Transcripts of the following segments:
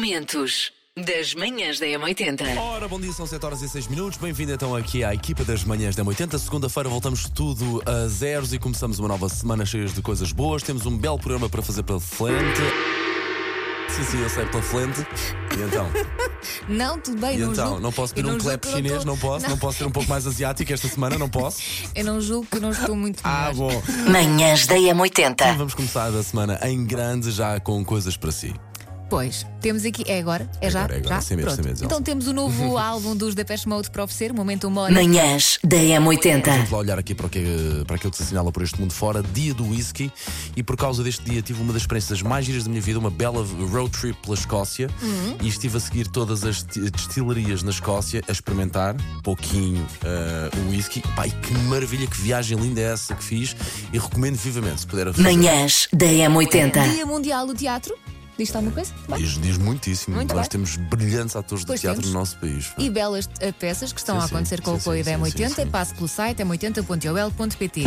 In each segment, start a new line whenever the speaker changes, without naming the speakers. Momentos das manhãs da M80.
Ora, bom dia, são 7 horas e 6 minutos. Bem-vindo então aqui à equipa das manhãs da 80. Segunda-feira voltamos tudo a zeros e começamos uma nova semana cheia de coisas boas. Temos um belo programa para fazer pela frente. Sim, sim, eu sei pela frente. E então?
Não, tudo bem,
E
não
então?
julgo.
Não posso
Eu
ter um
julgo
clap
que não
chinês?
tô-
Não posso? Não posso ser um pouco mais asiático esta semana? Não posso?
Eu não julgo que não estou muito
Ah,
melhor.
bom. Então
Manhãs da M80.
Vamos começar a semana em grande já com coisas para si.
Pois, temos aqui. É agora? É, já?
agora, é agora,
já?
sim mesmo,
Pronto.
sim mesmo.
Então temos o novo álbum dos Depeche Mode para oferecer, Momento Mori.
Manhãs da M80.
Tá.
Vamos lá olhar aqui para, o que, para aquilo que se assinala por este mundo fora, dia do whisky, e por causa deste dia tive uma das experiências mais giras da minha vida, uma bela road trip pela Escócia,
Uhum.
e estive a seguir todas as ti- destilarias na Escócia a experimentar pouquinho eh, o whisky. Pai, que maravilha, que viagem linda é essa que fiz, e recomendo vivamente, se puder. fazer.
Manhãs da M80.
Dia Mundial do Teatro. Diz-te alguma coisa? Bem.
Diz, diz muitíssimo.
Muito
Nós
bem.
temos brilhantes atores de
Pois
teatro
temos.
no nosso país.
E belas eh, peças que estão
Sim,
a
sim,
acontecer com
sim,
o apoio
sim,
da
sim,
M80.
sim, sim.
Passe pelo site m80.ol.pt.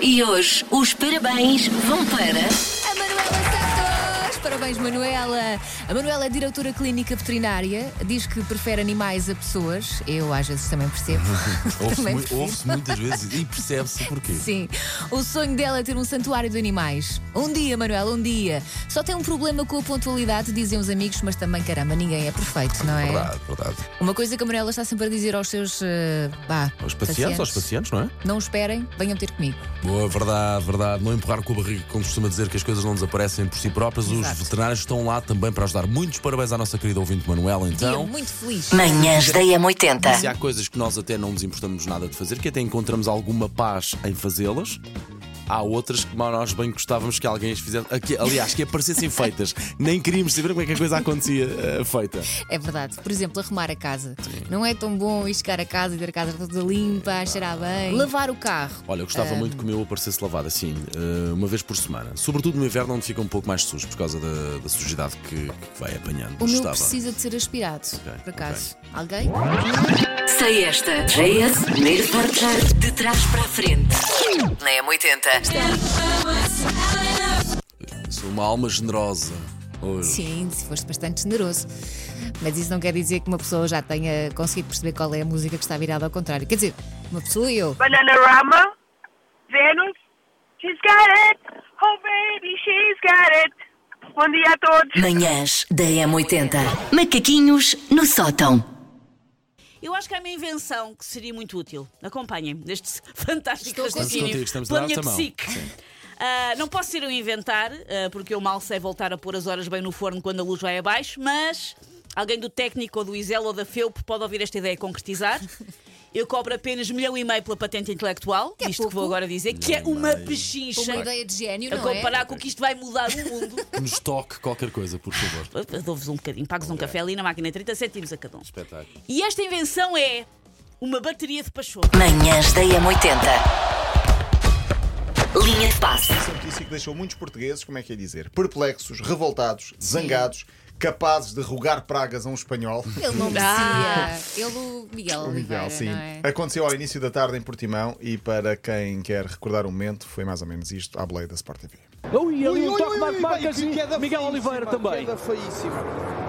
E hoje os parabéns vão para.
A Manuela Santos! Parabéns, Manuela! A Manuela é diretora clínica veterinária, diz que prefere animais a pessoas. Eu às vezes também percebo.
Ouve-se
Também
mui-
prefiro.
ouve-se muitas vezes e percebe-se porquê.
Sim, o sonho dela é ter um santuário de animais. Um dia, Manuela, um dia. Só tem um problema com a pontualidade, dizem os amigos, mas também, caramba, ninguém é perfeito, não é?
Verdade, verdade.
Uma coisa que a Manuela está sempre a dizer aos seus. eh, vá,
Aos pacientes, aos pacientes, não é?
Não esperem, venham ter comigo.
Boa, verdade, verdade. Não empurrar com a barriga, como costuma dizer, que as coisas não desaparecem por si próprias. Os
Exato.
veterinários estão lá também para ajudar. Muitos parabéns à nossa querida ouvinte Manuela, então.
Dia muito feliz.
Manhãs da
Se
M80.
há coisas que nós até não nos importamos nada de fazer, que até encontramos alguma paz em fazê-las, há outras que nós bem gostávamos que alguém as fizesse. aqui- aliás, que aparecessem feitas. Nem queríamos saber como é que a coisa acontecia eh, feita.
É verdade. Por exemplo, arrumar a casa. Não é tão bom ir chegar a casa e ter a casa toda limpa, cheirar bem. Lavar o carro.
Olha, eu gostava muito que o meu aparecesse lavado assim, eh, uma vez por semana. Sobretudo no inverno, onde fica um pouco mais sujo, por causa da, da sujidade que, que vai apanhando.
O meu
Gostava.
precisa de ser aspirado,
Ok,
por acaso. Alguém?
Sei esta. JS, primeiro portar de trás para a frente. Na M80.
Sou uma alma generosa. Hoje.
Sim, se foste bastante generoso. Mas isso não quer dizer que uma pessoa já tenha conseguido perceber qual é a música que está virada ao contrário. Quer dizer, uma pessoa e eu.
Bananarama, Venus, she's got it. Oh, baby, she's got it. Bom dia a todos.
Manhãs da M80. Macaquinhos no sótão.
Eu acho que há uma invenção que seria muito útil. Acompanhem neste fantástico
Estou
raciocínio
contigo. Estamos contigo, estamos
pela
na
minha
alta mão.
psique. Ah, não posso ser eu a inventar, ah, porque eu mal sei voltar a pôr as horas bem no forno quando a luz vai abaixo, mas alguém do técnico ou do Isel ou da Felp pode ouvir esta ideia concretizar. Eu cobro apenas milhão e meio pela patente intelectual,
é
isto que vou
pouco.
agora dizer, que é uma pechincha
Uma ideia de gênio,
a
não
comparar
é?
com o que isto vai mudar o mundo.
Que nos toque qualquer coisa, por favor.
Dou-vos um bocadinho, pago-vos um café ali na máquina, 30 cêntimos a cada um.
Espetáculo.
E esta invenção é uma bateria de pachorra.
Manhãs da M80. Linha de passe.
Essa notícia que deixou muitos portugueses, como é que é dizer, perplexos, revoltados, zangados, capazes de rogar pragas a um espanhol.
Ele não
Ah.
merecia. Ele, o Miguel
O
Oliveira, não é?
Aconteceu ao início da tarde em Portimão e para quem quer recordar o momento, foi mais ou menos isto à boleia da Sport TV.
Ui, ali
Ui,
um
ui,
toque
ui,
Marco
ui,
Marques
bem,
e
que queda
Miguel
feíssima,
Oliveira também.
Queda feíssima.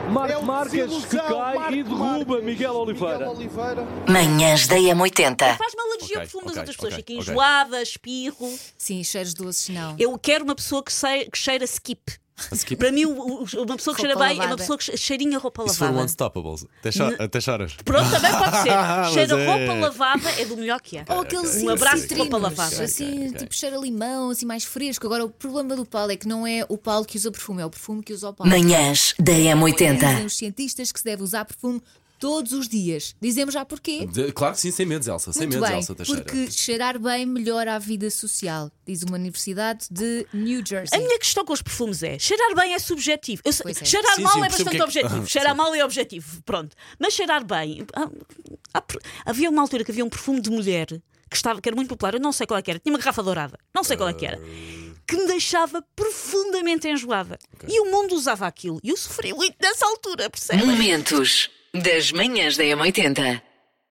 É
Marco
uma
Marques que
desilusão,
cai
Marco
e derruba
Marques.
Miguel Oliveira.
Miguel Oliveira.
Manhãs da M80.
Faz-me alergia
Ok,
profunda
ok,
das outras pessoas.
ok,
Fico
ok.
enjoada, espirro.
Sim, cheiros doces, não.
Eu quero uma pessoa que, sei- que cheira skip.
skip?
Para mim, o- o- uma pessoa que cheira
Roupa
bem é uma
lavada.
pessoa que che- cheirinha roupa
Isso foram
lavada.
Unstoppables. Até, cho- até choras.
Pronto, também pode
Mas
ser. Cheira
é.
roupa lavada é do melhor que há.
Ou aqueles
Um abraço de
citrinos,
roupa lavada.
assim,
Ok, ok.
tipo cheiro a limão, assim mais fresco. Agora, o problema do Paulo é que não é o Paulo que usa perfume, é o perfume que usa o Paulo.
Manhãs da
Dizem
M80.
os cientistas que se deve usar perfume todos os dias. Dizemos já porquê?
De- claro que sim, sem medos, Elsa. Sem
Muito
medos,
bem,
Elsa Teixeira.
porque cheirar bem melhora a vida social, diz uma universidade de New
A
Jersey.
minha questão com os perfumes é: cheirar bem é subjetivo. Eu sei-
Pois é.
Cheirar
Sim,
mal
sim, eu
é
percebo
bastante
o que é que-
objetivo. Cheirar mal é objetivo. Pronto. Mas cheirar bem. há- há per- havia uma altura que havia um perfume de mulher que, estava, que era muito popular. Eu não sei qual é que era. Tinha uma garrafa dourada. Não sei qual é que era. Que me deixava profundamente enjoada. E o mundo usava aquilo. E eu sofri muito nessa altura, percebe?
Momentos das manhãs da M80.